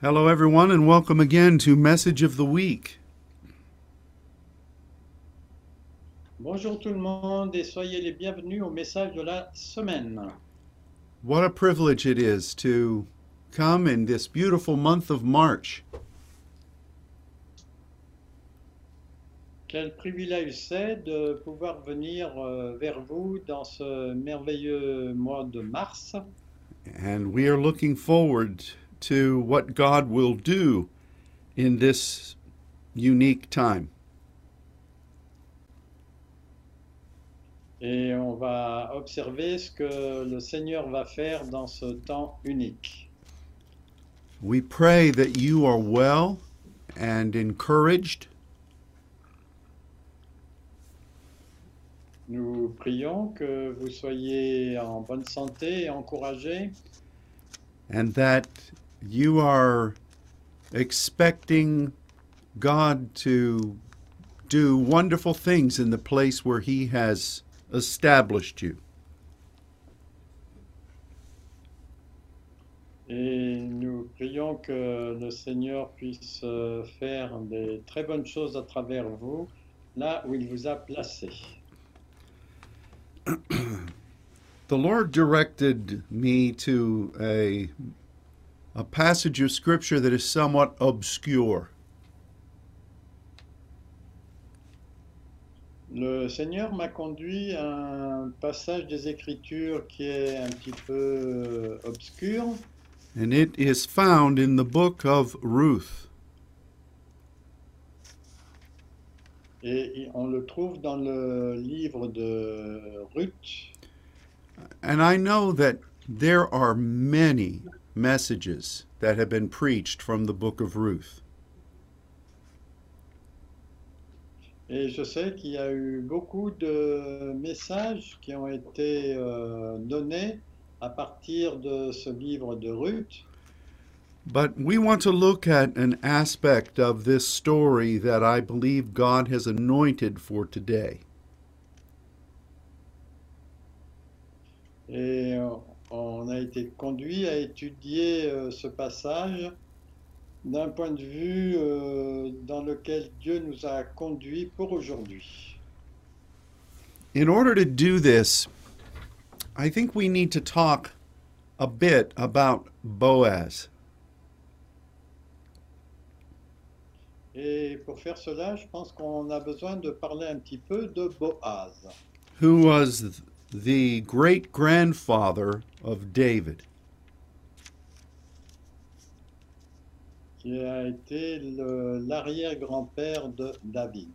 Hello, everyone, and welcome again to Message of the Week. Bonjour tout le monde et soyez les bienvenus au message de la semaine. What a privilege it is to come in this beautiful month of March. Quel privilège c'est de pouvoir venir euh, vers vous dans ce merveilleux mois de mars And we are looking forward to what God will do in this unique time. et on va observer ce que le Seigneur va faire dans ce temps unique. We pray that you are well and encouraged, Nous prions que vous soyez en bonne santé et encouragés and that you are expecting God to do wonderful things in the place where He has established you. et nous prions que le Seigneur puisse euh, faire des très bonnes choses à travers vous, là où il vous a placé. The Lord directed me to a a passage of scripture that is somewhat obscure. Le Seigneur m'a conduit à un passage des Écritures qui est un petit peu euh, obscur And it is found in the book of Ruth. et on le trouve dans le livre de Ruth. And I know that there are many messages that have been preached from the book of Ruth. Et je sais qu'il y a eu beaucoup de messages qui ont été euh, donnés à partir de ce livre de Ruth. But we want to look at an aspect of this story that I believe God has anointed for today. Et on a été conduit à étudier euh, ce passage d'un point de vue euh, dans lequel Dieu nous a conduits pour aujourd'hui. In order to do this, I think we need to talk a bit about Boaz. Et pour faire cela, je pense qu'on a besoin de parler un petit peu de Boaz, who was the great grandfather of David. qui a été le- l'arrière-grand-père de David.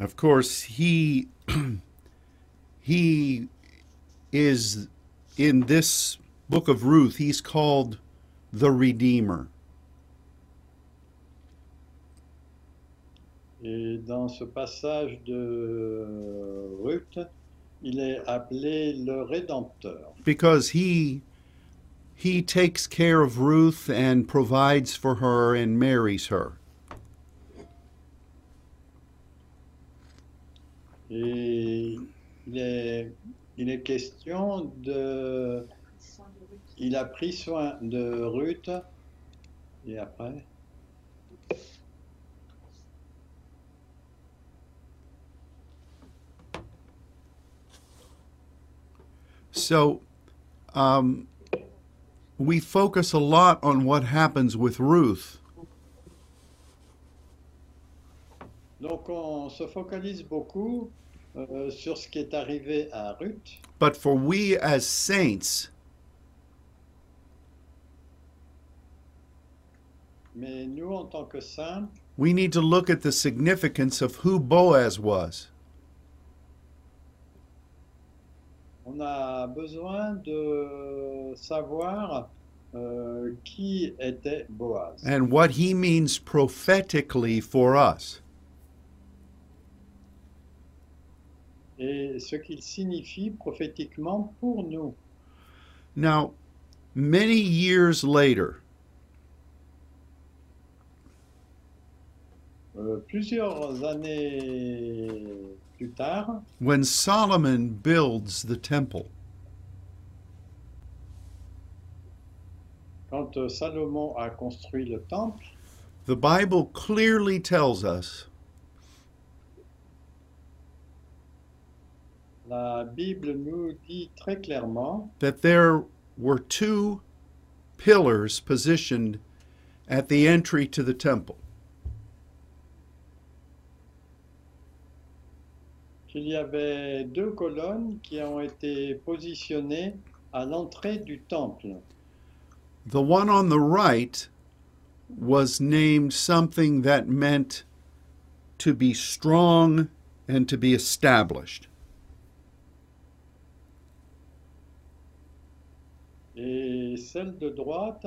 Of course, he he is in this book of Ruth, he's called the redeemer. Et dans ce passage de Ruth, il est appelé le Rédempteur. because he he takes care of Ruth and provides for her and marries her. Et il est, il est question de... Il a pris soin de Ruth. Et après So um, we focus a lot on what happens with Ruth, Donc on se focalise beaucoup euh, sur ce qui est arrivé à Ruth. but for we as saints, Mais nous, en tant que saints, we need to look at the significance of who Boaz was. on a besoin de savoir euh, qui était Boaz. and what he means prophetically for us. et ce qu'il signifie prophétiquement pour nous. Now, many years later, Euh, plusieurs années plus tard, when Solomon builds the temple, Quand euh, Salomon a construit le temple, The Bible clearly tells us la Bible nous dit très clairement that there were two pillars positioned at the entry to the temple. qu'il y avait deux colonnes qui ont été positionnées à l'entrée du temple. The one on the right was named something that meant to be strong and to be established. Et celle de droite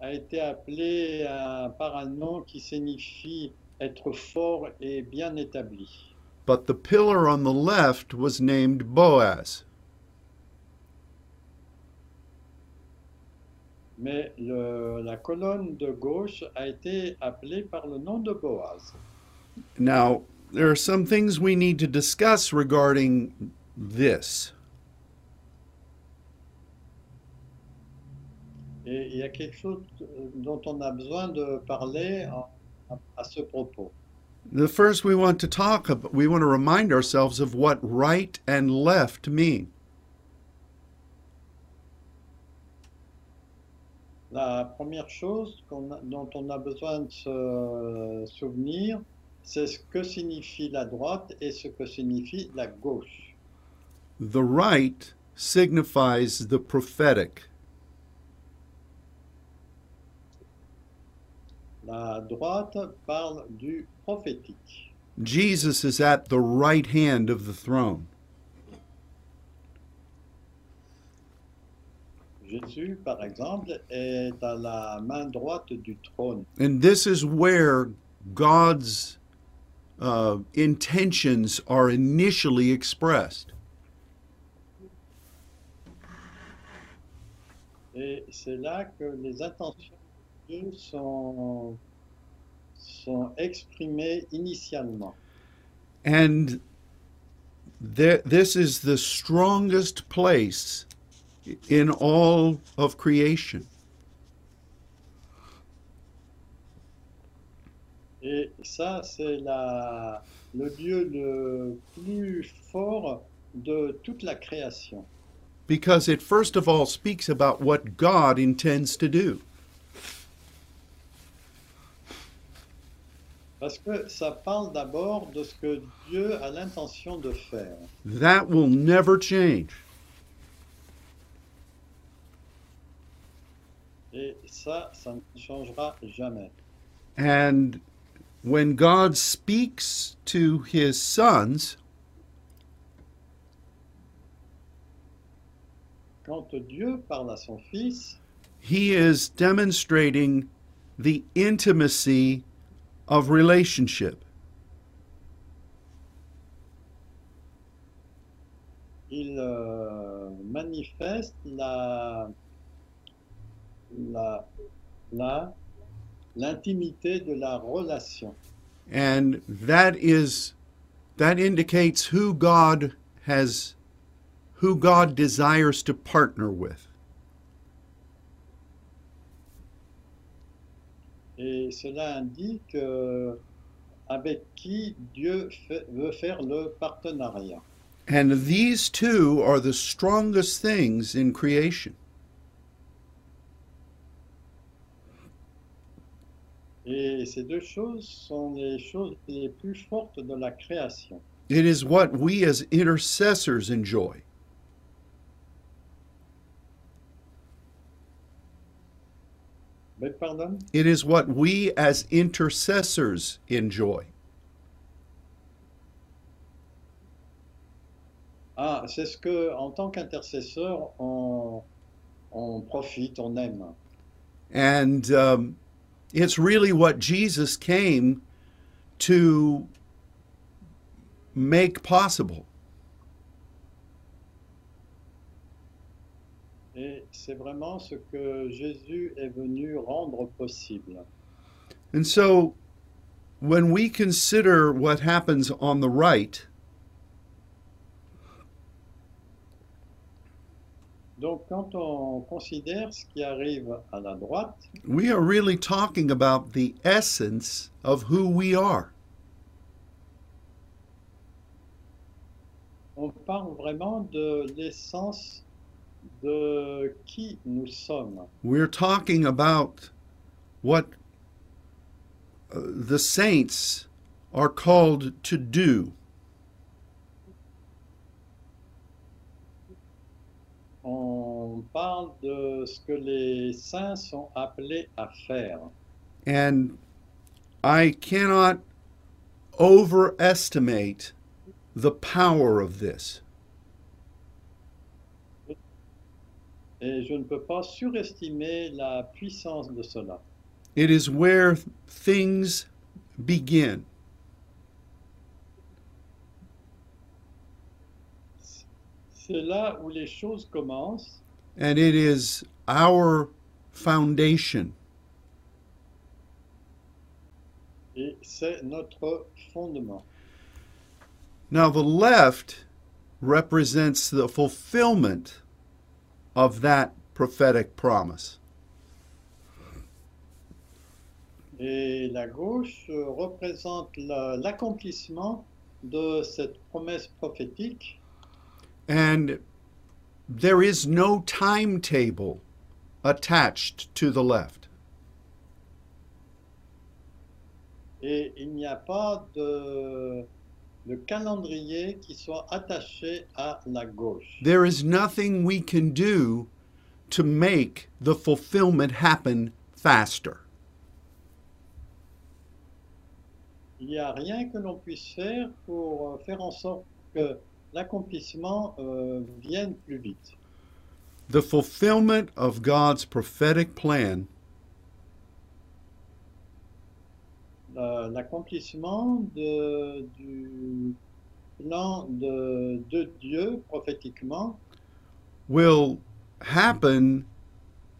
a été appelée à- par un nom qui signifie être fort et bien établi. But the pillar on the left was named Boaz. Mais le- la colonne de gauche a été appelée par le nom de Boaz. Now, there are some things we need to discuss regarding this. Et il y a quelque chose euh, dont on a besoin de parler en- à- à ce propos. The first we want to talk about, we want to remind ourselves of what right and left mean. La première chose qu'on a- dont on a besoin de se souvenir, c'est ce que signifie la droite et ce que signifie la gauche. The right signifies the prophetic, La droite parle du prophétique. Jesus is at the right hand of the throne. Jésus, par exemple, est à la main droite du trône. And this is where God's uh, intentions are initially expressed. Et c'est là que les intentions de Dieu sont, sont exprimées initialement. And th- this is the strongest place in all of creation. Et ça, c'est la- le lieu le plus fort de toute la création. Because it first of all speaks about what God intends to do. Parce que ça parle d'abord de ce que Dieu a l'intention de faire. That will never change. Et ça, ça ne changera jamais. And when God speaks to his sons, Quand Dieu parle à son Fils, he is demonstrating the intimacy of relationship. il euh, manifeste la, la, la- l'intimité de la relation. And that is that indicates who God has who God desires to partner with. Et cela indique euh, avec qui Dieu fait- veut faire le partenariat. And these two are the strongest things in creation. Et ces deux choses sont les choses les plus fortes de la création. It is what we as intercessors enjoy. Mais pardon It is what we as intercessors enjoy. Ah, c'est ce que, en tant qu'intercesseur, on, on profite, on aime. And um, it's really what Jesus came to make possible. Et c'est vraiment ce que Jésus est venu rendre possible. And so when we consider what happens on the right, Donc quand on considère ce qui arrive à la droite, we are really talking about the essence of who we are. on parle vraiment de l'essence de qui nous sommes. We're talking about what uh, the saints are called to do. On parle de ce que les saints sont appelés à faire. And I cannot overestimate the power of this. Et je ne peux pas surestimer la puissance de cela. It is where things begin. C'est là où les choses commencent and it is our foundation. et c'est notre fondement. Now, the left represents the fulfillment of that prophetic promise. Et la gauche euh, représente la- l'accomplissement de cette promesse prophétique. And there is no timetable attached to the left. Et il n'y a pas de, de calendrier qui soit attaché à la gauche. There is nothing we can do to make the fulfillment happen faster. Il n'y a rien que l'on puisse faire pour euh, faire en sorte que l'accomplissement euh, vienne plus vite. The fulfillment of God's prophetic plan La- Euh, L'accomplissement de- du plan de, de Dieu prophétiquement will happen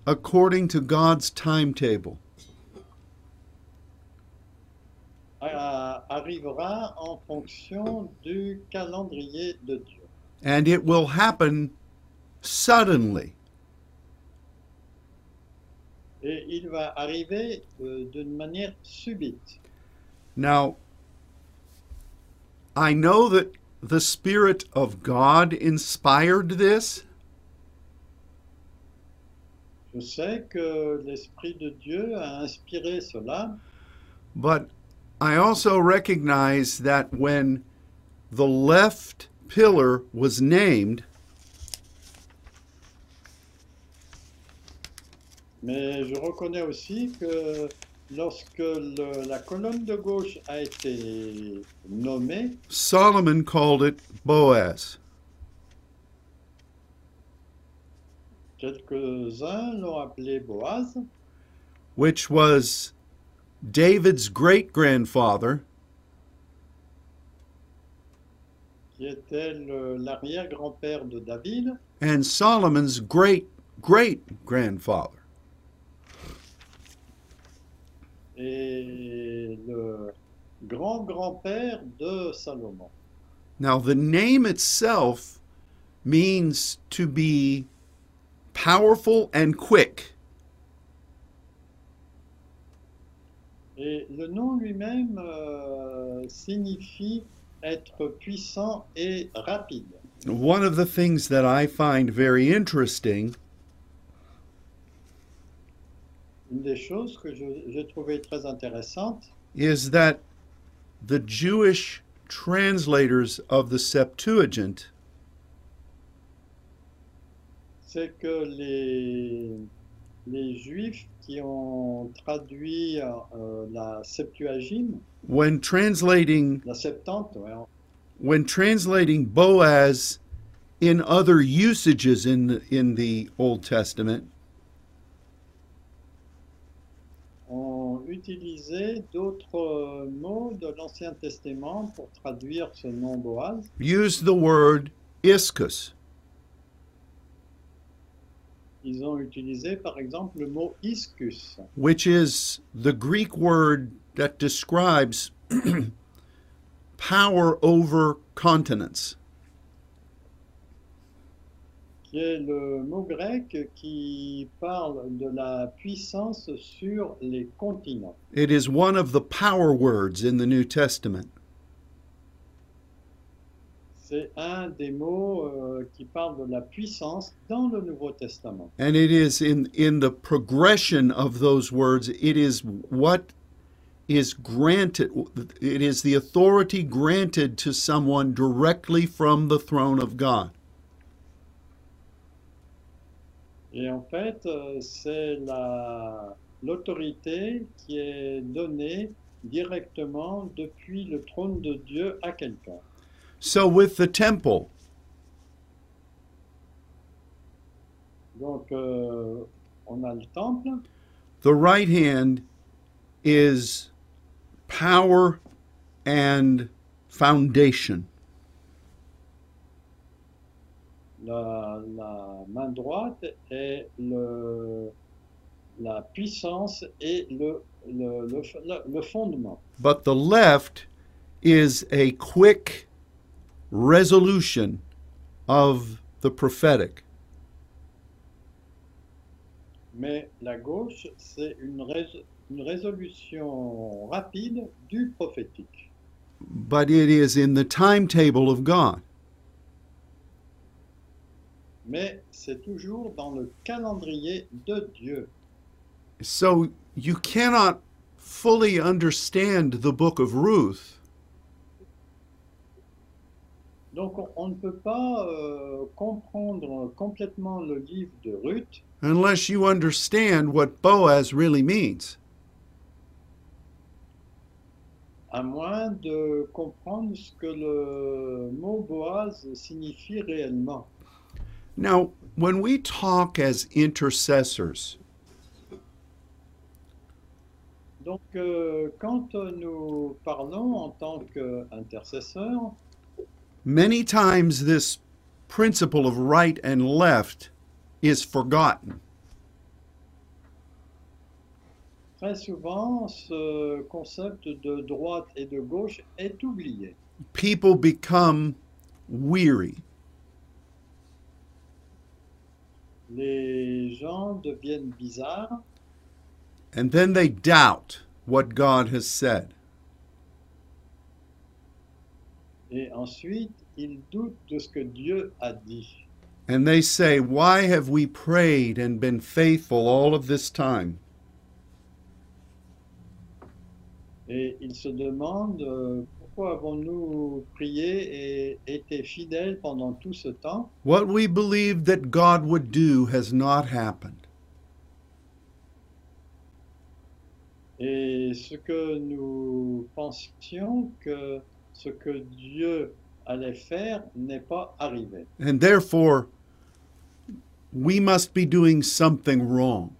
according to God's timetable. a- euh, arrivera en fonction du calendrier de Dieu. and it will happen suddenly. Et il va arriver euh, d'une manière subite. Now, I know that the Spirit of God inspired this, Je sais que l'Esprit de Dieu a inspiré cela, but I also recognize that when the left pillar was named, mais je reconnais aussi que lorsque le- la colonne de gauche a été nommée, Solomon called it Boaz. quelques-uns l'ont appelé Boaz, which was David's great grandfather, qui était le- l'arrière-grand-père de David and Solomon's great great grandfather. et le grand-grand-père de Salomon. Now, the name itself means to be powerful and quick. Et le nom lui-même euh, signifie être puissant et rapide. One of the things that I find very interesting Une des choses que je- j'ai trouvées très intéressante, is that the Jewish translators of the Septuagint c'est que les, les Juifs qui ont traduit euh, la Septuagine, when translating la Septante, ouais, en- when translating Boaz in other usages in the, in the Old Testament ont utilisé d'autres euh, mots de l'Ancien Testament pour traduire ce nom Boaz. use the word iskus Ils ont utilisé par exemple le mot iscus. which is the Greek word that describes power over continents. est le mot grec qui parle de la puissance sur les continents. It is one of the power words in the New Testament. C'est un des mots euh, qui parle de la puissance dans le Nouveau Testament. And it is in, in the progression of those words, it is what is granted, it is the authority granted to someone directly from the throne of God. Et en fait, euh, c'est la- l'autorité qui est donnée directement depuis le trône de Dieu à quelqu'un. So with the temple, Donc, euh, on a le temple, the right hand is power and foundation. la, la main droite est le, la puissance et le, le, le, le- le fondement. But the left is a quick resolution of the prophetic. Mais la gauche, c'est une, rés- une résolution rapide du prophétique. But it is in the timetable of God. Mais c'est toujours dans le calendrier de Dieu. So you cannot fully understand the book of Ruth Donc on, on ne peut pas euh, comprendre complètement le livre de Ruth unless you understand what Boaz really means. à moins de comprendre ce que le mot Boaz signifie réellement. Now, when we talk as intercessors, Donc euh, quand nous parlons en tant qu'intercesseurs, many times this principle of right and left is forgotten. très souvent ce concept de droite et de gauche est oublié. People become weary. Les gens deviennent bizarres And then they doubt what God has said. et ensuite ils doutent de ce que Dieu a dit. And they say, Why have we prayed and been faithful all of this time? Et ils se demandent euh, pourquoi avons-nous prié et été fidèles pendant tout ce temps What we believed that God would do has not happened. et ce que nous pensions que ce que Dieu allait faire n'est pas arrivé. And therefore, we must be doing something wrong.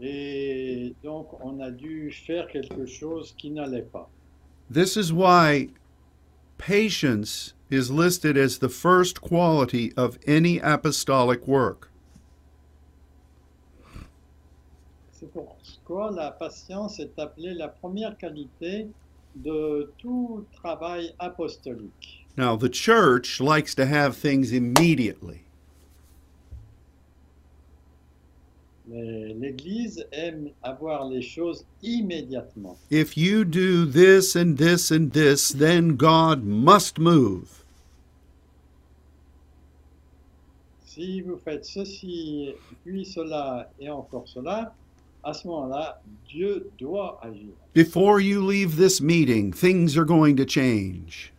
Et donc on a dû faire quelque chose qui n'allait pas. This is why patience is listed as the first quality of any apostolic work. C'est pourquoi la patience est appelée la première qualité de tout travail apostolique. Now, the church likes to have things immediately. Mais L'Église aime avoir les choses immédiatement. If you do this and this and this, then God must move. Si vous faites ceci, puis cela et encore cela, à ce moment-là, Dieu doit agir. Before you leave this meeting, things are going to change.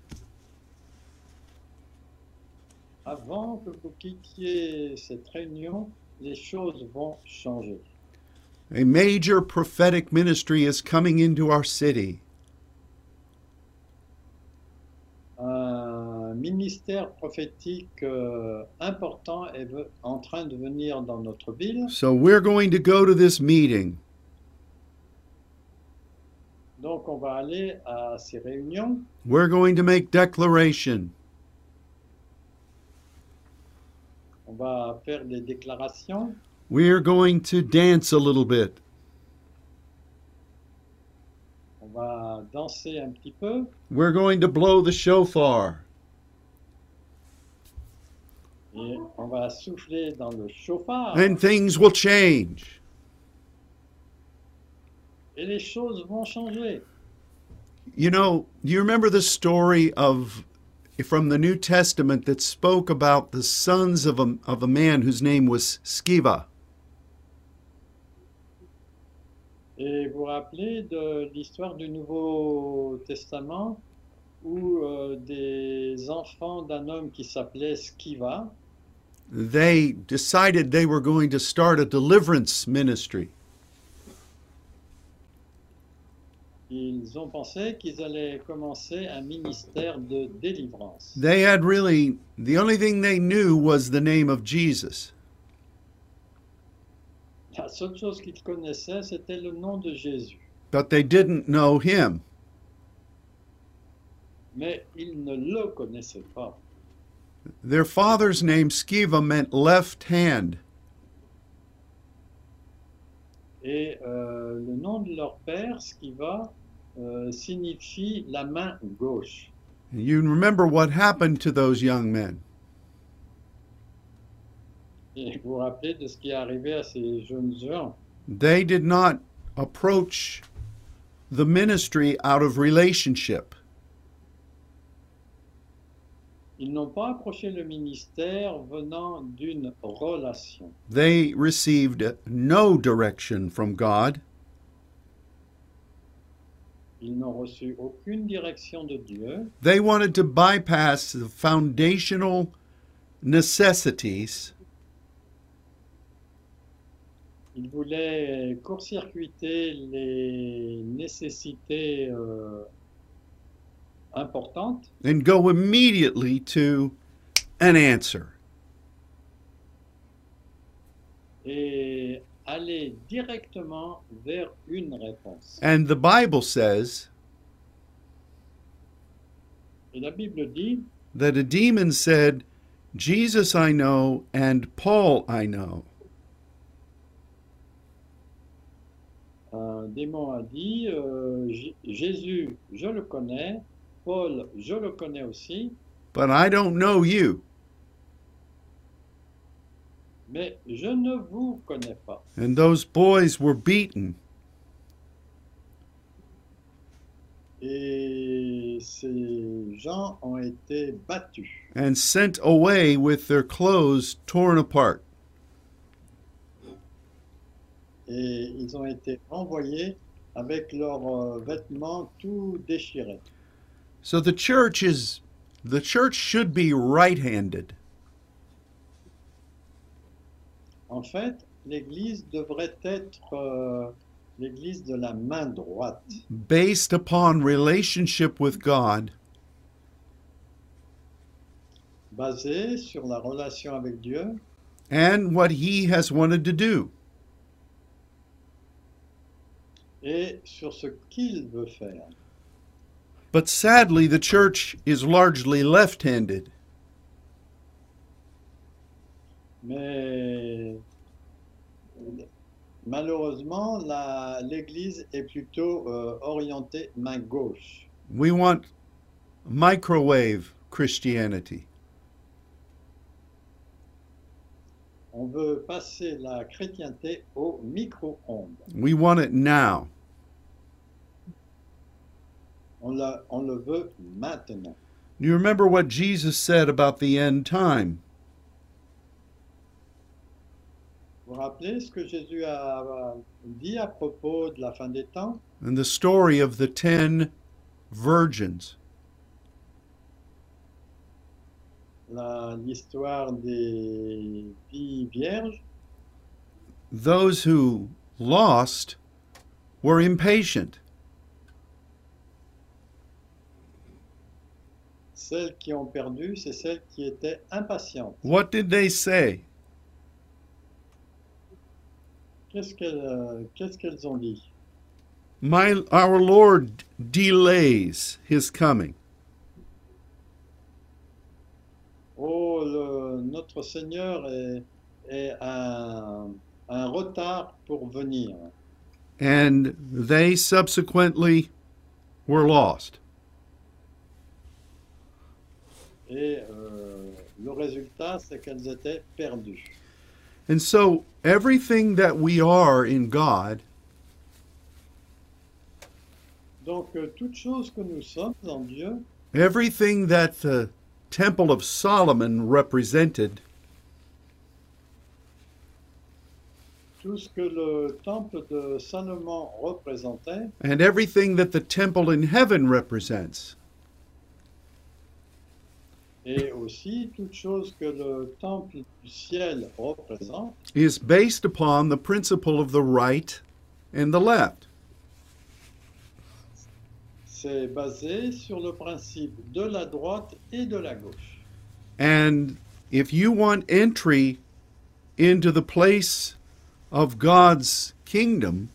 Avant que vous quittiez cette réunion, les choses vont changer. A major prophetic ministry is coming into our city. Un ministère prophétique euh, important est ve- en train de venir dans notre ville. So we're going to go to this meeting. Donc on va aller à ces réunions. We're going to make declaration. On va faire des déclarations. We're going to dance a little bit. On va danser un petit peu. We're going to blow the shofar. Et on va souffler dans le chauffard and things will change. et les choses vont changer. You know, do you remember the story of from the New Testament that spoke about the sons of a, of a man whose name was Sceva? Et vous vous rappelez de l'histoire du Nouveau Testament où euh, des enfants d'un homme qui s'appelait Skiva, They decided they were going to start a deliverance ministry. ils ont pensé qu'ils allaient commencer un ministère de délivrance. They had really, the only thing they knew was the name of Jesus. La seule chose qu'ils connaissaient, c'était le nom de Jésus. but they didn't know him. Mais ils ne le connaissaient pas. Their father's name, Sceva, meant left hand. Et euh, le nom de leur père, Skiva, euh, signifie la main gauche. You remember what happened to those young men. Et vous vous rappelez de ce qui est arrivé à ces jeunes gens They did not approach the ministry out of relationship. Ils n'ont pas approché le ministère venant d'une relation. They received no direction from God, Ils n'ont reçu aucune direction de Dieu. they wanted to bypass the foundational necessities Ils voulaient court-circuiter les nécessités euh, importantes and go immediately to an answer. et aller directement vers une réponse. And the Bible says Et la Bible dit, that a demon said, Jesus I know and Paul I know. un euh, démon a dit, euh, J- Jésus, je le connais, Paul, je le connais aussi, But I don't know you. mais je ne vous connais pas. And those boys were beaten. Et ces gens ont été battus And sent away with their clothes torn apart. et ils ont été envoyés avec leurs euh, vêtements tout déchirés. So the church is, the church should be right handed. En fait, l'Église devrait être euh, l'Église de la main droite, Based upon relationship with God, basée sur la relation avec Dieu and what He has wanted to do. et sur ce qu'il veut faire. But sadly, the church is largely left handed. Mais malheureusement, la- l'Église est plutôt euh, orientée main gauche. We want microwave Christianity. On veut passer la chrétienté au micro-ondes. We want it now. On, la- on le veut maintenant. You remember what Jesus said about the end time? Vous vous rappelez ce que Jésus a a dit à propos de la fin des temps And the story of the ten virgins. La- L'histoire des dix vierges. Those who lost were impatient. Celles qui ont perdu, c'est celles qui étaient impatientes. What did they say? Qu'est-ce qu'elles euh, qu'est-ce qu'elles ont dit My our Lord delays his coming. Oh, le- notre Seigneur est, est un, un retard pour venir. And they subsequently were lost. Et euh, Le résultat, c'est qu'elles étaient perdues. And so everything that we are in God Donc, euh, toute chose que nous sommes en Dieu, Everything that the Temple of Solomon represented tout ce que le temple de Salomon représentait and everything that the temple in heaven represents et aussi toute chose que le temple du ciel représente is based upon the principle of the right and the left. c'est basé sur le principe de la droite et de la gauche. And if you want entry into the place of God's kingdom,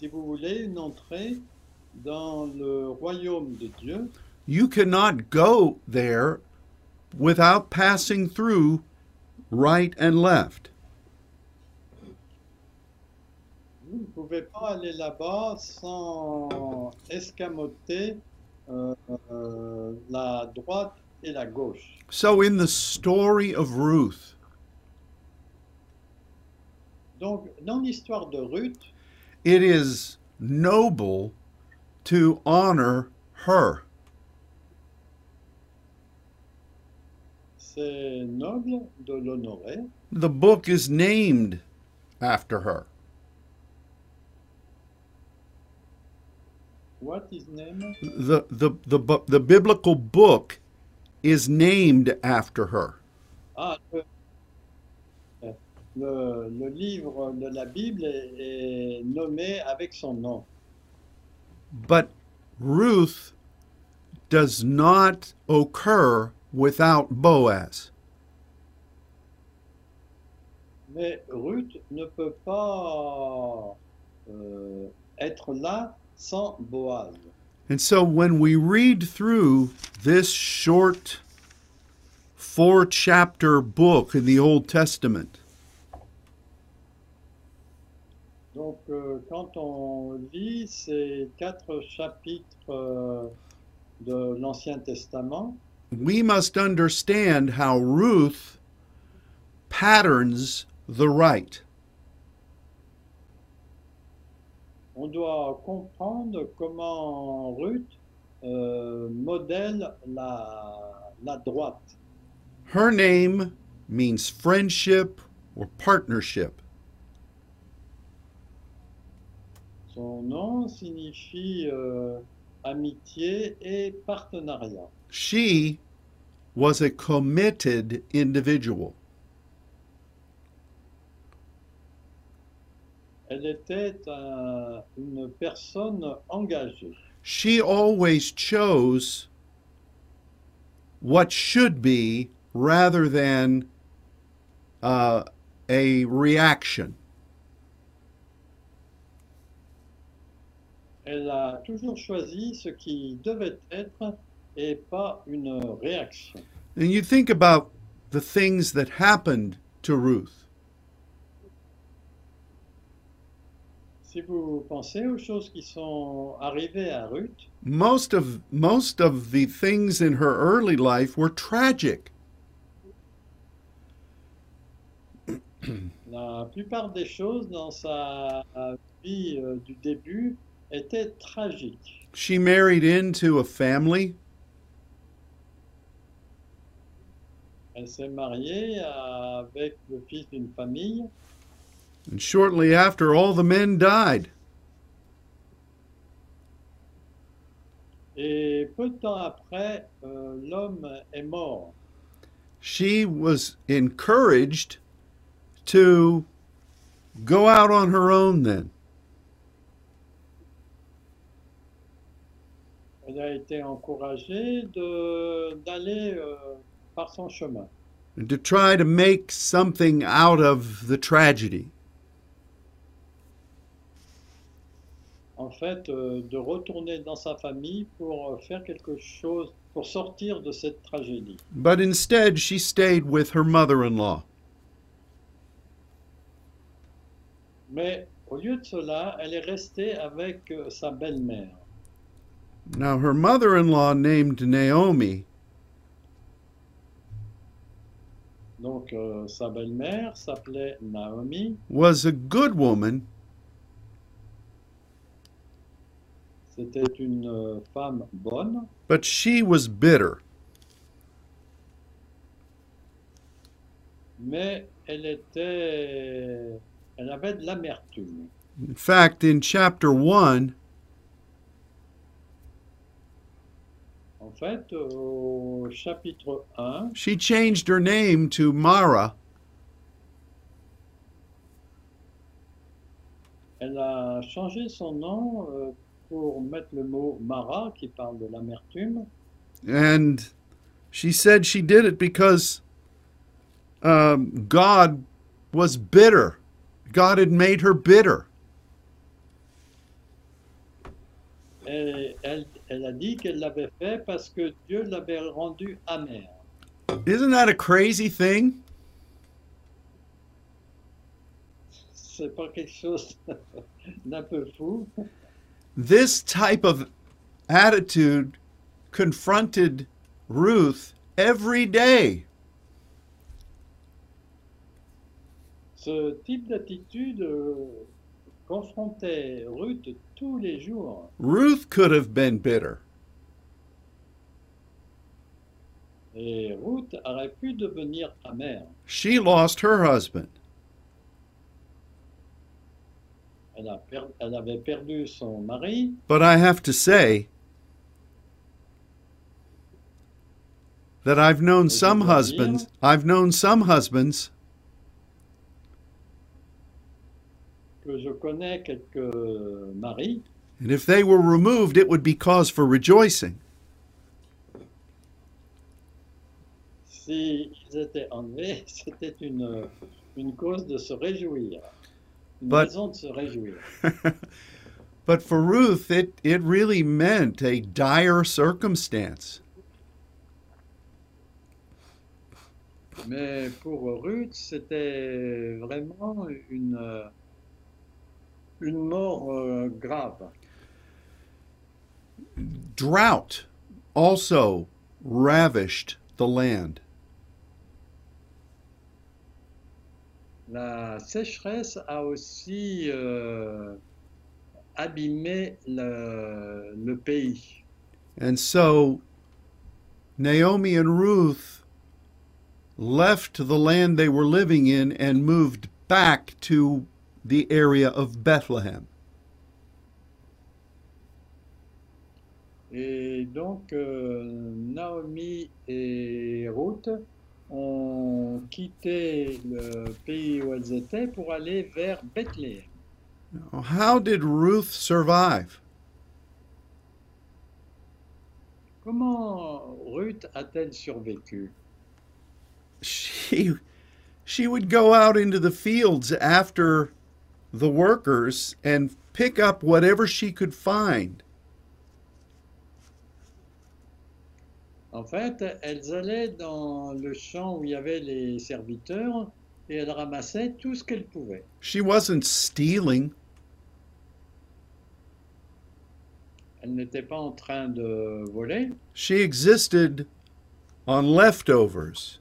Si vous voulez une entrée dans le royaume de Dieu, you cannot go there without passing through right and left. vous ne pouvez pas aller là-bas sans escamoter euh, euh, la droite et la gauche. So, in the story of Ruth, Donc, dans l'histoire de Ruth, it is noble to honor her. c'est noble de l'honorer. The book is named after her. What is name? The, the, the, bu- the biblical book is named after her. Ah, le, le- le livre de la Bible est- est nommé avec son nom. But Ruth does not occur without Boaz. Mais Ruth ne peut pas euh, être là sans Boaz. And so when we read through this short four chapter book in the Old Testament, Donc, euh, quand on lit ces quatre chapitres euh, de l'Ancien Testament, we must understand how Ruth patterns the right. on doit comprendre comment Ruth euh, modèle la, la droite. Her name means friendship or partnership. Son nom signifie euh, amitié et partenariat. She was a committed individual. Elle était un- une personne engagée. She always chose what should be rather than uh, a reaction. Elle a toujours choisi ce qui devait être et pas une réaction. And you think about the things that happened to Ruth. Si vous pensez aux choses qui sont arrivées à Ruth, Most of most of the things in her early life were tragic. la plupart des choses dans sa vie euh, du début étaient tragiques. She married into a family Elle s'est mariée à- avec le fils d'une famille And shortly after, all the men died. et peu de temps après, euh, l'homme est mort. She was encouraged to go out on her own then. Elle a été encouragée de- d'aller euh, par son chemin. And to try to make something out of the tragedy. en fait, euh, de retourner dans sa famille pour euh, faire quelque chose, pour sortir de cette tragédie. But instead, she stayed with her mother in law. Mais au lieu de cela, elle est restée avec euh, sa belle-mère. Now, her mother in law, named Naomi, Donc euh, sa belle-mère s'appelait Naomi, was a good woman c'était une euh, femme bonne, But she was bitter. mais elle était elle avait de l'amertume. In fact, in chapter 1, En fait, au chapitre 1, she changed her name to Mara, elle a changé son nom euh, pour mettre le mot Mara qui parle de l'amertume. and she said she did it because um, God was bitter. God had made her bitter. Et elle, elle a dit qu'elle l'avait fait parce que Dieu l'avait rendue amère. Isn't that a crazy thing? C'est pas quelque chose d'un peu fou. This type of attitude confronted Ruth every day. Ce type d'attitude euh, confrontait Ruth tous les jours. Ruth could have been bitter. Et Ruth aurait pu devenir amère. She lost her husband. Elle, a per- elle avait perdu son mari, But I have to say that I've known je some dois dire- husbands, I've known some husbands que je connais quelques maris, And if they were removed, it would be cause for rejoicing. s'ils étaient enlevés, c'était une, une cause de se réjouir. Une But- raison de se réjouir. But for Ruth, it, it really meant a dire circumstance. Mais pour Ruth, c'était vraiment une, euh, une mort euh, grave. Drought also ravished the land. La sécheresse a aussi euh, abîmé le, le pays. And so Naomi and Ruth left the land they were living in and moved back to the area of Bethlehem. Et donc, euh, Naomi et Ruth ont quitté le pays où elles étaient pour aller vers Bethléem. Now, How did Ruth survive? Comment Ruth a-t-elle survécu? she she would go out into the fields after the workers and pick up whatever she could find. En fait, elles allaient dans le champ où il y avait les serviteurs et elles ramassaient tout ce qu'elles pouvaient. She wasn't stealing. Elles n'étaient pas en train de voler, She existed on leftovers.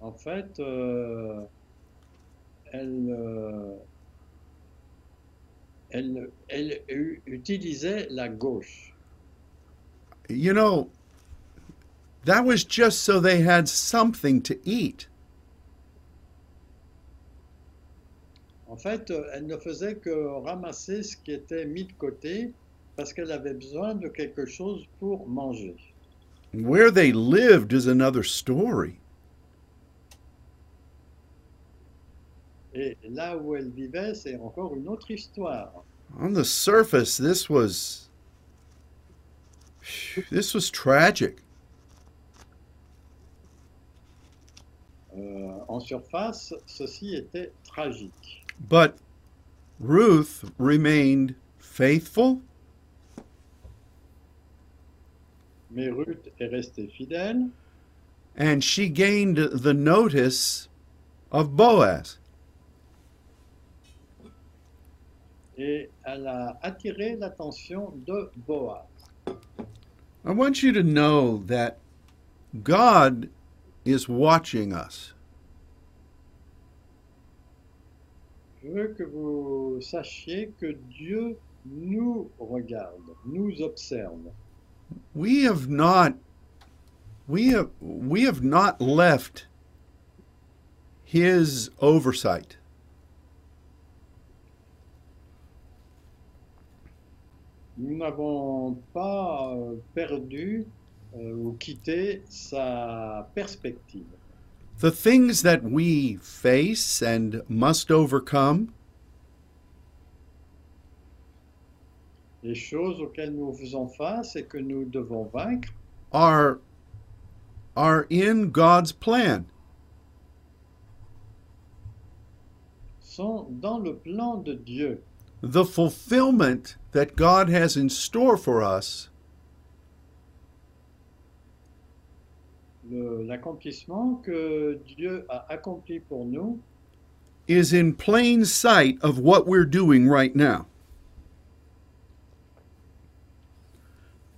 En fait, euh, elle, euh, elle, elle u- utilisait la gauche. You know, that was just so they had something to eat. En fait, euh, elle ne faisait que ramasser ce qui était mis de côté parce qu'elle avait besoin de quelque chose pour manger. Where they lived is another story. Et là où elle vivait, c'est encore une autre histoire. On the surface, this was this was tragic. Euh, en surface, ceci était tragique. But Ruth remained faithful. Mais Ruth est restée fidèle and she gained the notice of Boaz. et elle a attiré l'attention de Boaz. I want you to know that God is watching us. Je veux que vous sachiez que Dieu nous regarde, nous observe. We have not we have, we have not left his oversight. Nous n'avons pas euh, perdu euh, ou quitté sa perspective. The things that we face and must overcome Les choses auxquelles nous faisons face et que nous devons vaincre are are in God's plan. sont dans le plan de Dieu. The fulfillment that God has in store for us Le- L'accomplissement que Dieu a accompli pour nous is in plain sight of what we're doing right now.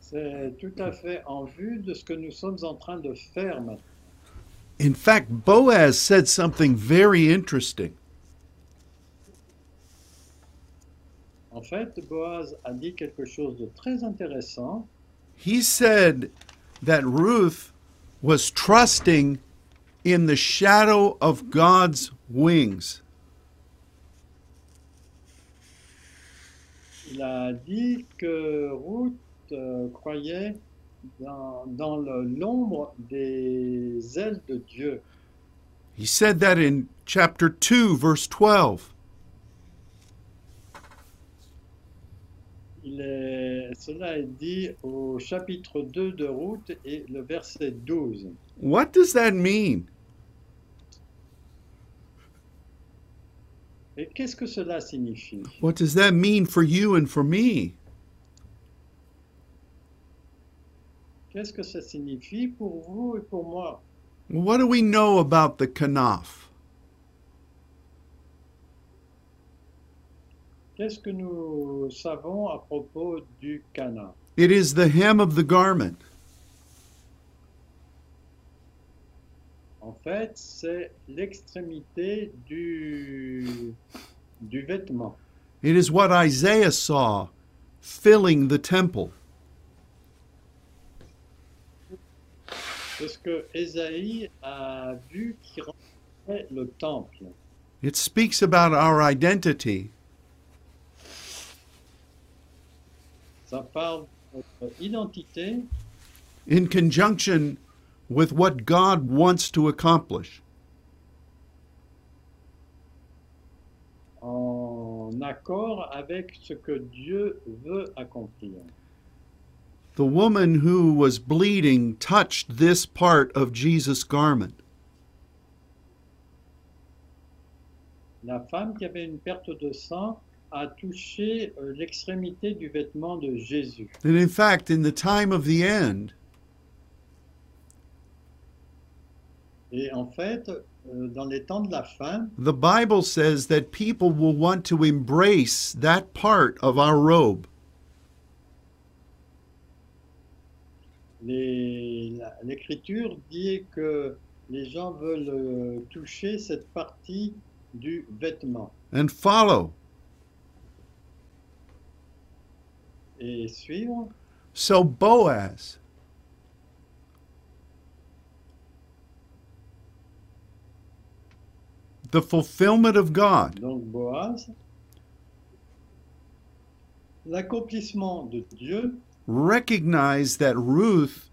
C'est tout à fait en vue de ce que nous sommes en train de faire maintenant. In fact, Boaz said something very interesting. En fait, Boaz a dit quelque chose de très intéressant. He said that Ruth was trusting in the shadow of God's wings. Il a dit que Ruth euh, croyait dans, dans le- l'ombre des ailes de Dieu. He said that in chapter 2, verse 12. Il est- cela est dit au chapitre 2 de Ruth et le verset 12. What does that mean? Et qu'est-ce que cela signifie What does that mean for you and for me? Qu'est-ce que ça signifie pour vous et pour moi What do we know about the kanaf? Qu'est-ce que nous savons à propos du Cana It is the hem of the garment. En fait, c'est l'extrémité du, du vêtement. It is what Isaiah saw filling the temple. C'est ce que Ésaïe a vu qui rentrait le temple. It speaks about our identity. Ça parle de notre identité in conjunction with what God wants to accomplish. en accord avec ce que Dieu veut accomplir. The woman who was bleeding touched this part of Jesus' garment. La femme qui avait une perte de sang a touché euh, l'extrémité du vêtement de Jésus. And in fact, in the time of the end, Et en fait, euh, dans les temps de la fin, the Bible says that people will want to embrace that part of our robe. les- la- l'écriture dit que les gens veulent euh, toucher cette partie du vêtement And follow. et suivre. So Boaz, the fulfillment of God, Donc Boaz, l'accomplissement de Dieu recognize that Ruth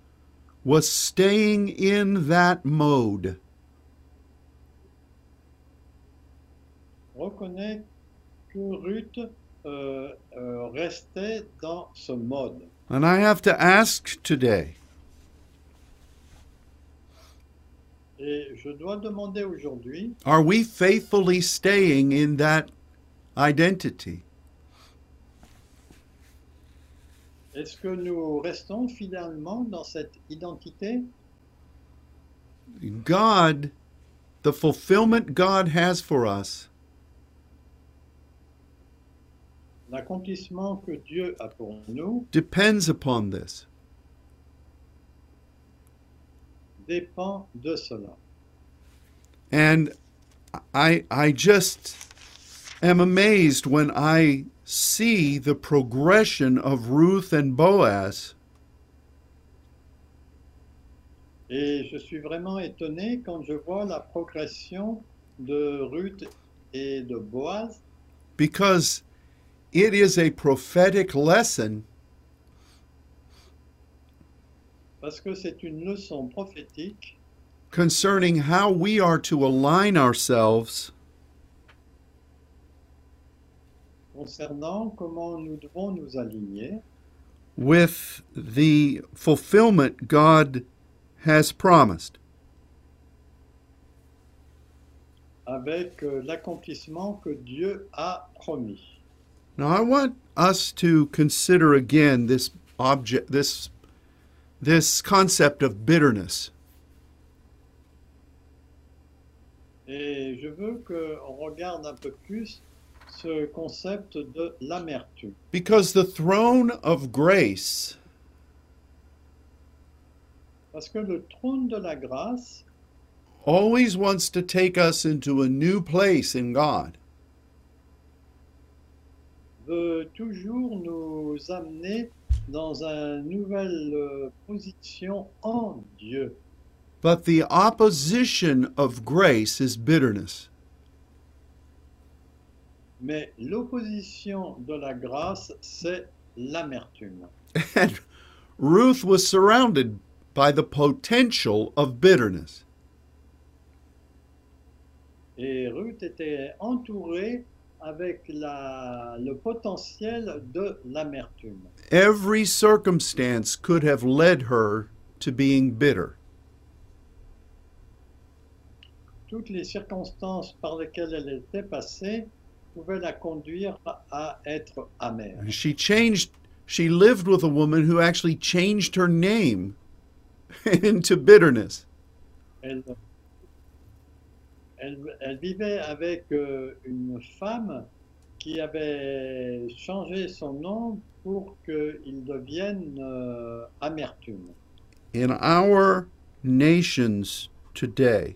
was staying in that mode. reconnaît que Ruth euh, euh, restait dans ce mode. And I have to ask today Et je dois demander aujourd'hui, are we faithfully staying in that identity? est-ce que nous restons finalement dans cette identité God, the fulfillment God has for us, L'accomplissement que Dieu a pour nous depends upon this. dépend de cela. And I, I just am amazed when I see the progression of Ruth and Boaz. Et je suis vraiment étonné quand je vois la progression de Ruth et de Boaz because it is a prophetic lesson parce que c'est une leçon prophétique concerning how we are to align ourselves concernant comment nous devons nous aligner with the fulfillment God has promised. avec euh, l'accomplissement que Dieu a promis. Now I want us to consider again this object this this concept of bitterness. Et je veux qu'on regarde un peu plus ce concept de l'amertume. Because the throne of grace Parce que le trône de la grâce always wants to take us into a new place in God. veut toujours nous amener dans une nouvelle euh, position en Dieu. But the opposition of grace is bitterness. Mais l'opposition de la grâce, c'est l'amertume. And Ruth was surrounded by the potential of bitterness. Et Ruth était entourée avec la- le potentiel de l'amertume. Every circumstance could have led her to being bitter. Toutes les circonstances par lesquelles elle était passée pouvaient la conduire à être amère. She changed, she lived with a woman who actually changed her name into bitterness. Elle, elle- elle vivait avec euh, une femme qui avait changé son nom pour qu'il devienne euh, amertume. In our nations today,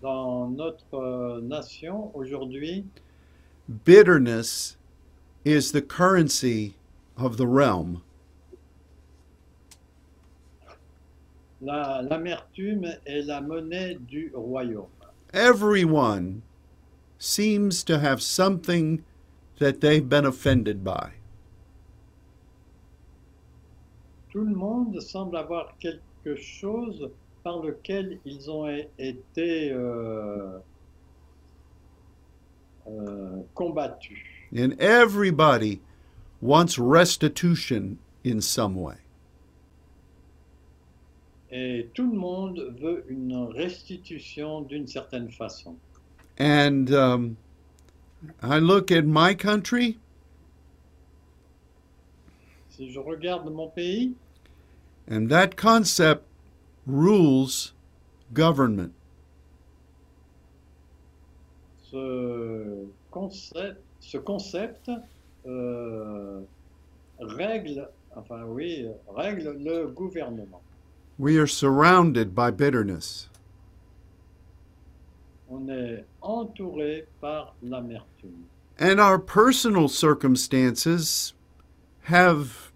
Dans notre euh, nation aujourd'hui, bitterness is the currency of the realm. la- l'amertume est la monnaie du royaume. Everyone seems to have something that they've been offended by. Tout le monde semble avoir quelque chose par lequel ils ont é- été euh, euh, combattus. And everybody wants restitution in some way. Et tout le monde veut une restitution d'une certaine façon. And um, I look at my country, Si je regarde mon pays, and that concept rules government. ce concept, ce concept euh, règle, enfin oui, règle le gouvernement. We are surrounded by bitterness. On est entouré par l'amertume. And our personal circumstances have,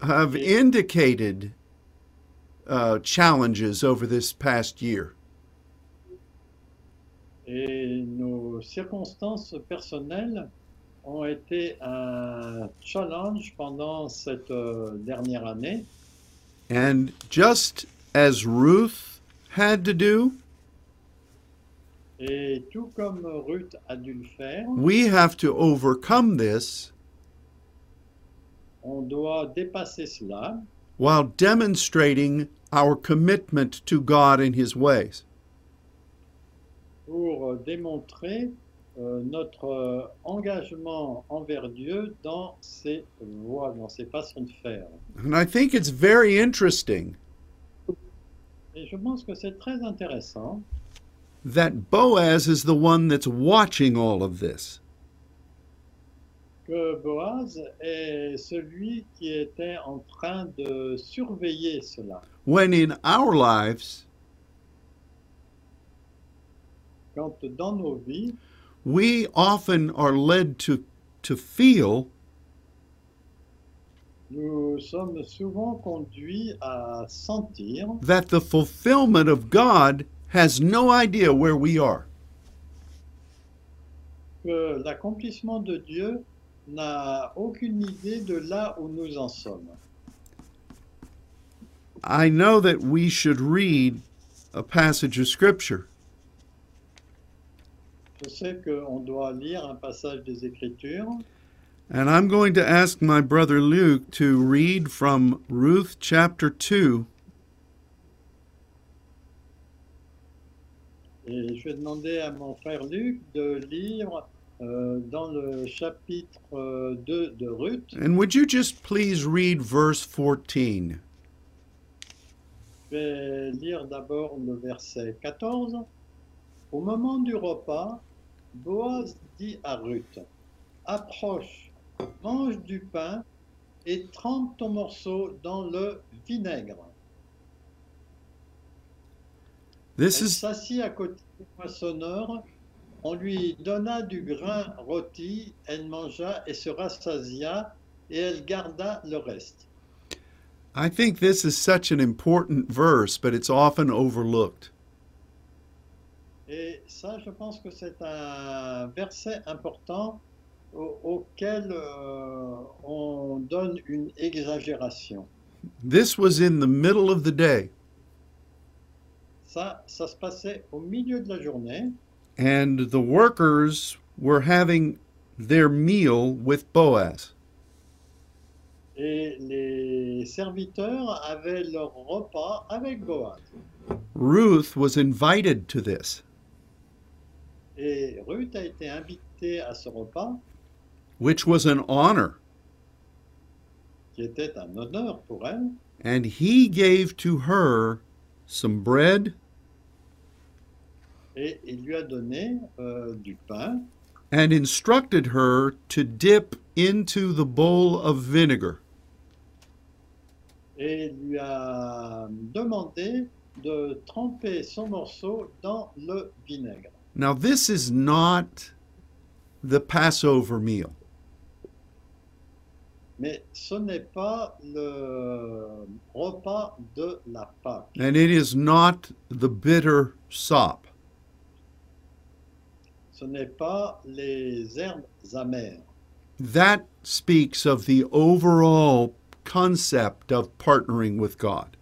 have Yeah. indicated uh, challenges over this past year. Et nos circonstances personnelles ont été un challenge pendant cette euh, dernière année. And just as Ruth had to do, Et tout comme Ruth a dû le faire, we have to overcome this On doit dépasser cela while demonstrating our commitment to God and His ways. pour démontrer euh, notre euh, engagement envers Dieu dans ses voies, dans ses façons de faire. And I think it's very interesting Et je pense que c'est très intéressant that Boaz is the one that's watching all of this. que que Boaz est celui qui était en train de surveiller cela. When in our lives, Quand dans nos vies, we often are led to, to feel nous sommes souvent conduits à sentir that the fulfillment of God has no idea where we are. que l'accomplissement de Dieu n'a aucune idée de là où nous en sommes. I know that we should read a passage of Scripture, Je sais qu'on doit lire un passage des Écritures and I'm going to ask my brother Luke to read from Ruth chapter 2, et je vais demander à mon frère Luc de lire euh, dans le chapitre euh, 2 de Ruth. and would you just please read verse 14? Je vais lire d'abord le verset 14. Au moment du repas, Boaz dit à Ruth, Approche, mange du pain et trempe ton morceau dans le vinaigre. This Elle is s'assit à côté du poissonneur, on lui donna du grain rôti, elle mangea et se rassasia, et elle garda le reste. I think this is such an important verse, but it's often overlooked. Et ça, je pense que c'est un verset important au- auquel euh, on donne une exagération. This was in the middle of the day, Ça, ça se passait au milieu de la journée, and the workers were having their meal with Boaz. et les serviteurs avaient leur repas avec Boaz. Ruth was invited to this, Et Ruth a été invitée à ce repas, which was an honor, qui était un honneur pour elle. and he gave to her some bread et il lui a donné euh, du pain and instructed her to dip into the bowl of vinegar. et lui a demandé de tremper son morceau dans le vinaigre. Now, this is not the Passover meal. Mais ce n'est pas le repas de la Pâque And it is not the bitter sop. ce n'est pas les herbes amères. That speaks of the overall concept of partnering with God.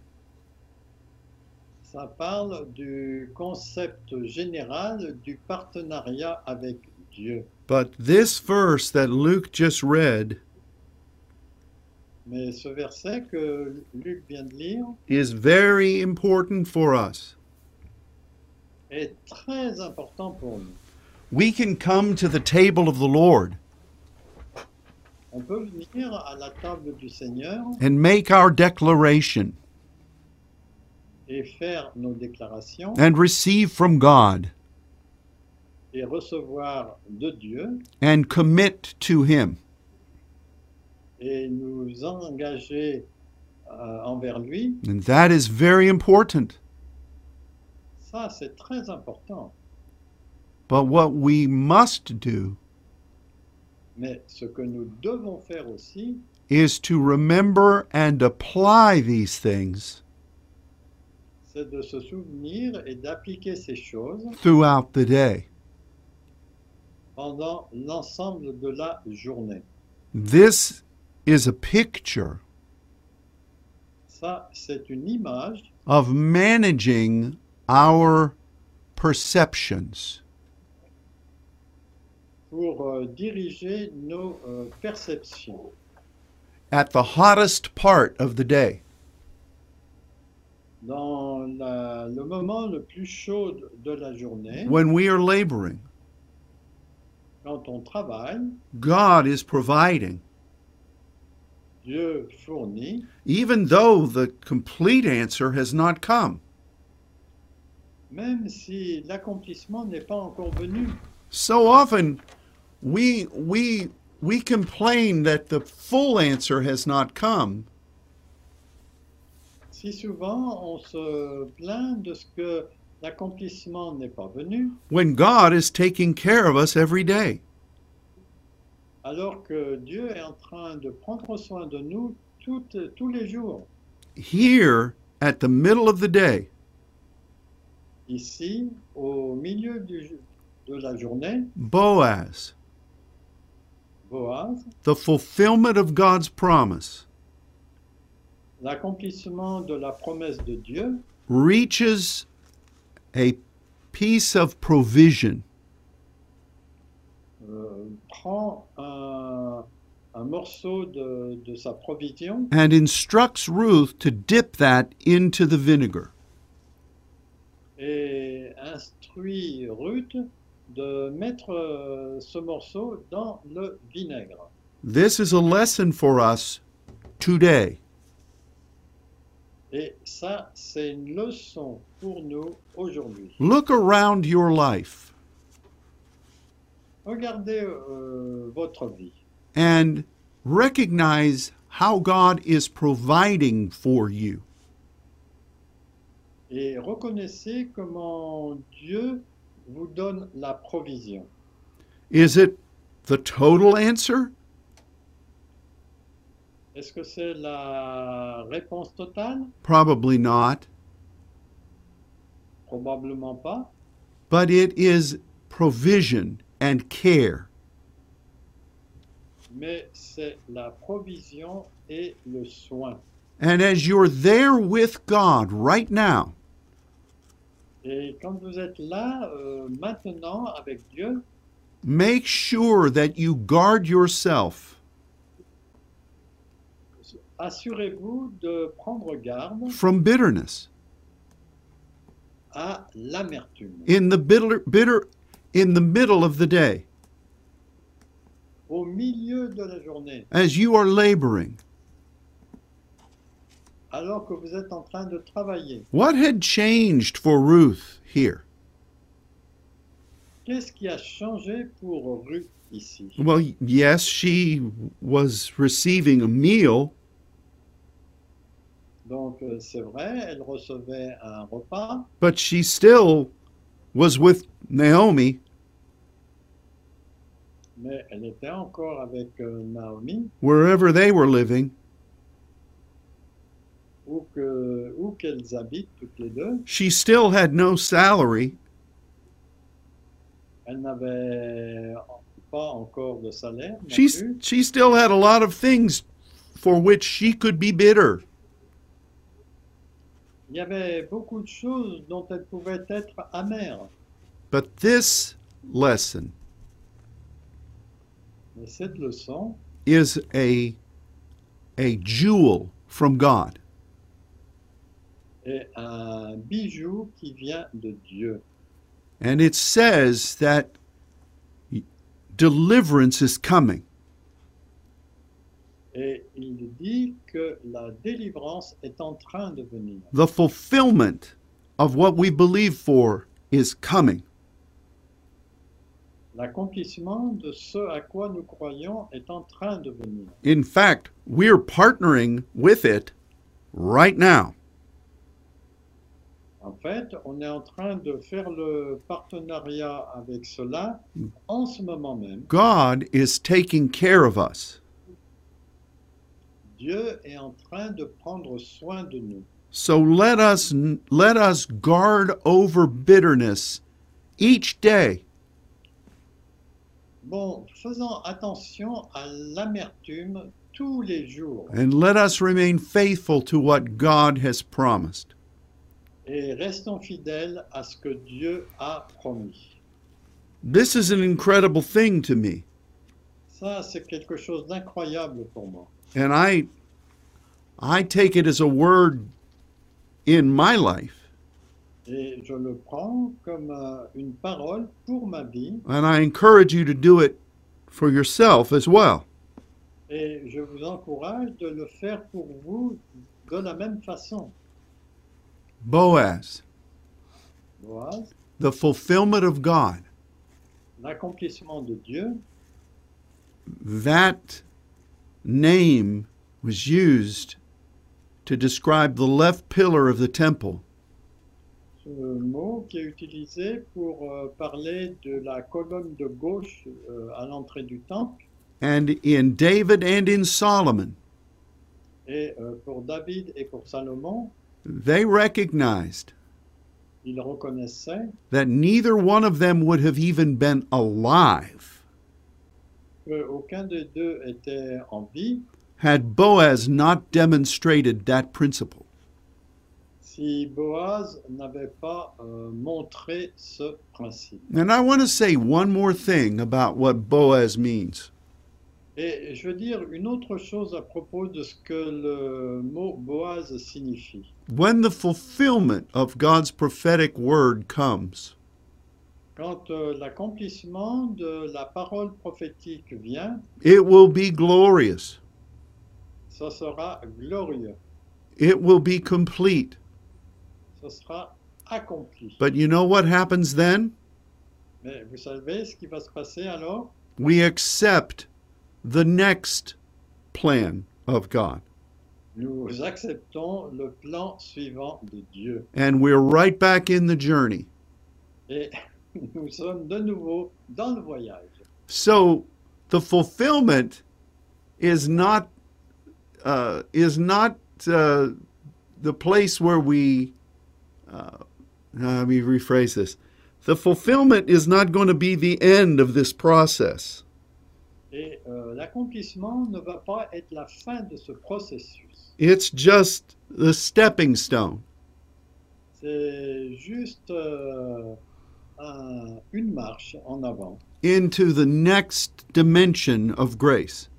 Ça parle du concept général du partenariat avec Dieu. But this verse that Luke just read Mais ce verset que Luc vient de lire is very important for us. est très important pour nous. We can come to the table of the Lord On peut venir à la table du Seigneur and make our declaration et faire nos déclarations and receive from God et recevoir de Dieu and commit to Him. et nous engager euh, envers lui, And that is very important. ça c'est très important. But what we must do Mais ce que nous devons faire aussi, is to remember and apply these things c'est de se souvenir et d'appliquer ces choses throughout the day. pendant l'ensemble de la journée. This is a picture Ça c'est une image of managing our perceptions. pour euh, diriger nos euh, perceptions At the hottest part of the day, dans la- le moment le plus chaud de la journée, when we are laboring, quand on travaille. God is providing. Dieu fournit, Even though the complete answer has not come, même si l'accomplissement n'est pas encore venu. so often we, we we complain that the full answer has not come, Si souvent on se plaint de ce que l'accomplissement n'est pas venu, when God is taking care of us every day. alors que Dieu est en train de prendre soin de nous toutes- tous les jours. Here, at the middle of the day, Ici, au milieu du- de la journée, Boaz, Boaz, the fulfillment of God's promise, l'accomplissement de la promesse de Dieu reaches a piece of provision. euh, prend un, un morceau de, de sa provision and instructs Ruth to dip that into the vinegar. et instruit Ruth de mettre euh, ce morceau dans le vinaigre. This is a lesson for us today. Et ça, c'est une leçon pour nous aujourd'hui. Look around your life Regardez euh, votre vie and recognize how God is providing for you. et reconnaissez comment Dieu vous donne la provision. Is it the total answer? Est-ce que c'est la réponse totale Probably not, Probablement pas. but it is provision and care. mais c'est la provision et le soin. And as you're there with God right now, Et quand vous êtes là, euh, maintenant, avec Dieu, make sure that you guard yourself assurez-vous de prendre garde from bitterness. à l'amertume. in the bitter, bitter in the middle of the day Au milieu de la journée, as you are laboring alors que vous êtes en train de travailler, what had changed for ruth here qu'est-ce qui a changé pour Ruth ici well yes she was receiving a meal Donc euh, c'est vrai, elle recevait un repas, but she still was with naomi mais elle était encore avec euh, Naomi, wherever they were living où que- où qu'elles habitent toutes les deux. she still had no salary Elle n'avait pas encore de salaire. non she, plus. she still had a lot of things for which she could be bitter Il y avait beaucoup de choses dont elle pouvait être amère. but this lesson Mais cette leçon, is a a jewel from god est un bijou qui vient de Dieu. And it says that deliverance is coming. Et il dit que la délivrance est en train de venir. The fulfillment of what we believe for is coming. L'accomplissement de ce à quoi nous croyons est en train de venir. In fact, we're partnering with it right now. En fait, on est en train de faire le partenariat avec cela en ce moment même. God is taking care of us. Dieu est en train de prendre soin de nous. So let us let us guard over bitterness each day. Bon, faisons attention à l'amertume tous les jours And let us remain faithful to what God has promised. et restons fidèles à ce que Dieu a promis. This is an incredible thing to me. Ça, c'est quelque chose d'incroyable pour moi. and i i take it as a word in my life Et je le prends comme euh, une parole pour ma vie and i encourage you to do it for yourself as well et je vous encourage de le faire pour vous de la même façon. boaz Boaz, the fulfillment of god l'accomplissement de Dieu that name was used to describe the left pillar of the temple. Ce mot qui est utilisé pour euh, parler de la colonne de gauche euh, à l'entrée du temple And in David and in Solomon, et euh, pour David et pour Salomon, they recognized ils reconnaissaient that neither one of them would have even been alive qu'aucun des deux était en vie had Boaz not demonstrated that principle. si Boaz n'avait pas euh, montré ce principe. And I want to say one more thing about what Boaz means. Et je veux dire une autre chose à propos de ce que le mot Boaz signifie. When the fulfillment of God's prophetic word comes, Quand euh, l'accomplissement de la parole prophétique vient, it will be glorious, ce sera glorieux, it will be complete. ce sera accompli. But you know what happens then? Mais vous savez ce qui va se passer alors We accept the next plan of God, Nous acceptons le plan suivant de Dieu and we're right back in the journey. et nous sommes de nouveau dans le voyage. So the fulfillment is not uh, is not uh, the place where we. Uh, let me rephrase this. The fulfillment is not going to be the end of this process. Et euh, l'accomplissement ne va pas être la fin de ce processus. It's just the stepping stone. C'est juste euh, un- une marche en avant into the next dimension of grace.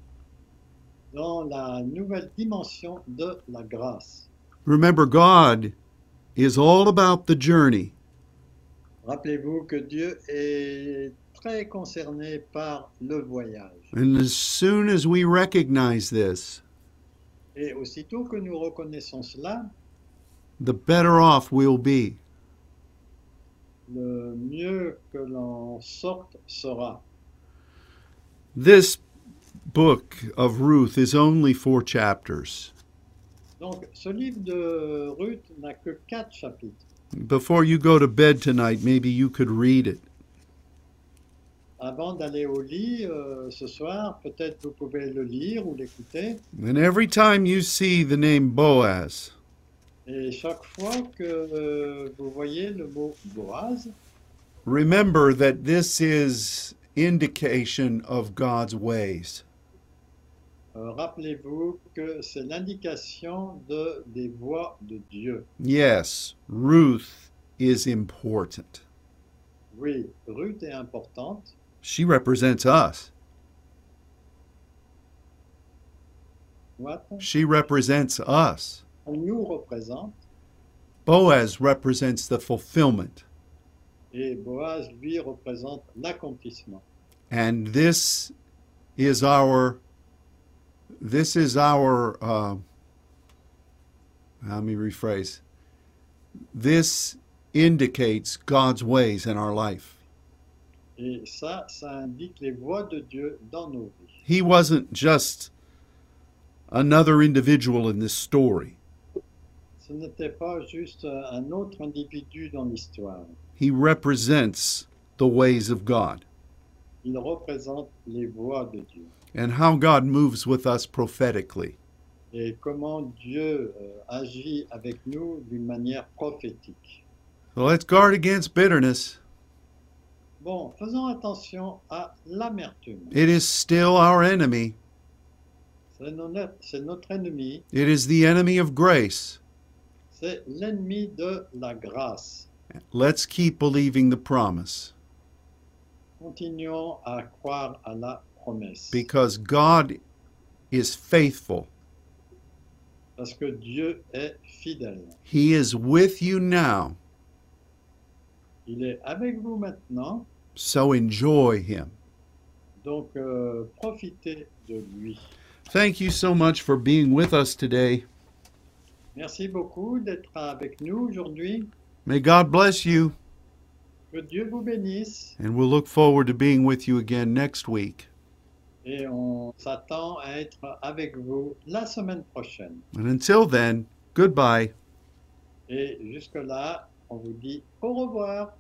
dans la nouvelle dimension de la grâce. Remember, God is all about the journey. Rappelez-vous que Dieu est très concerné par le voyage. And as soon as we recognize this, Et aussitôt que nous reconnaissons cela, the better off we'll be. le mieux que l'on sorte sera. This book of Ruth is only four chapters. Donc ce livre de Ruth n'a que quatre chapitres. Before you go to bed tonight, maybe you could read it. Avant d'aller au lit euh, ce soir, peut-être vous pouvez le lire ou l'écouter. And every time you see the name Boaz, Et chaque fois que euh, vous voyez le mot Boaz, remember that this is indication of God's ways. euh, rappelez-vous que c'est l'indication de, des voies de Dieu. Yes, Ruth is important. Oui, Ruth est importante. She represents us. What? She represents us. On nous représente. Boaz represents the fulfillment. Et Boaz, lui, représente l'accomplissement. And this is our, this is our, uh, let me rephrase. This indicates God's ways in our life. Et ça, ça indique les voies de Dieu dans nos vies. He wasn't just another individual in this story. Ce n'était pas juste euh, un autre individu dans l'histoire. He represents the ways of God Il représente les voies de Dieu. and how God moves with us prophetically. Et comment Dieu euh, agit avec nous d'une manière prophétique. So let's guard against bitterness. Bon, faisons attention à l'amertume. It is still our enemy. C'est no- c'est notre ennemi, It is the enemy of grace. c'est l'ennemi de la grâce. Let's keep believing the promise Continuons à croire à la promesse. because God is faithful. Parce que Dieu est fidèle. He is with you now, Il est avec vous maintenant, so enjoy Him. donc euh, profitez de lui. Thank you so much for being with us today. Merci beaucoup d'être avec nous aujourd'hui. May God bless you, Que Dieu vous bénisse and we'll look forward to being with you again next week. et on s'attend à être avec vous la semaine prochaine. And until then, goodbye. Et jusque-là, on vous dit au revoir.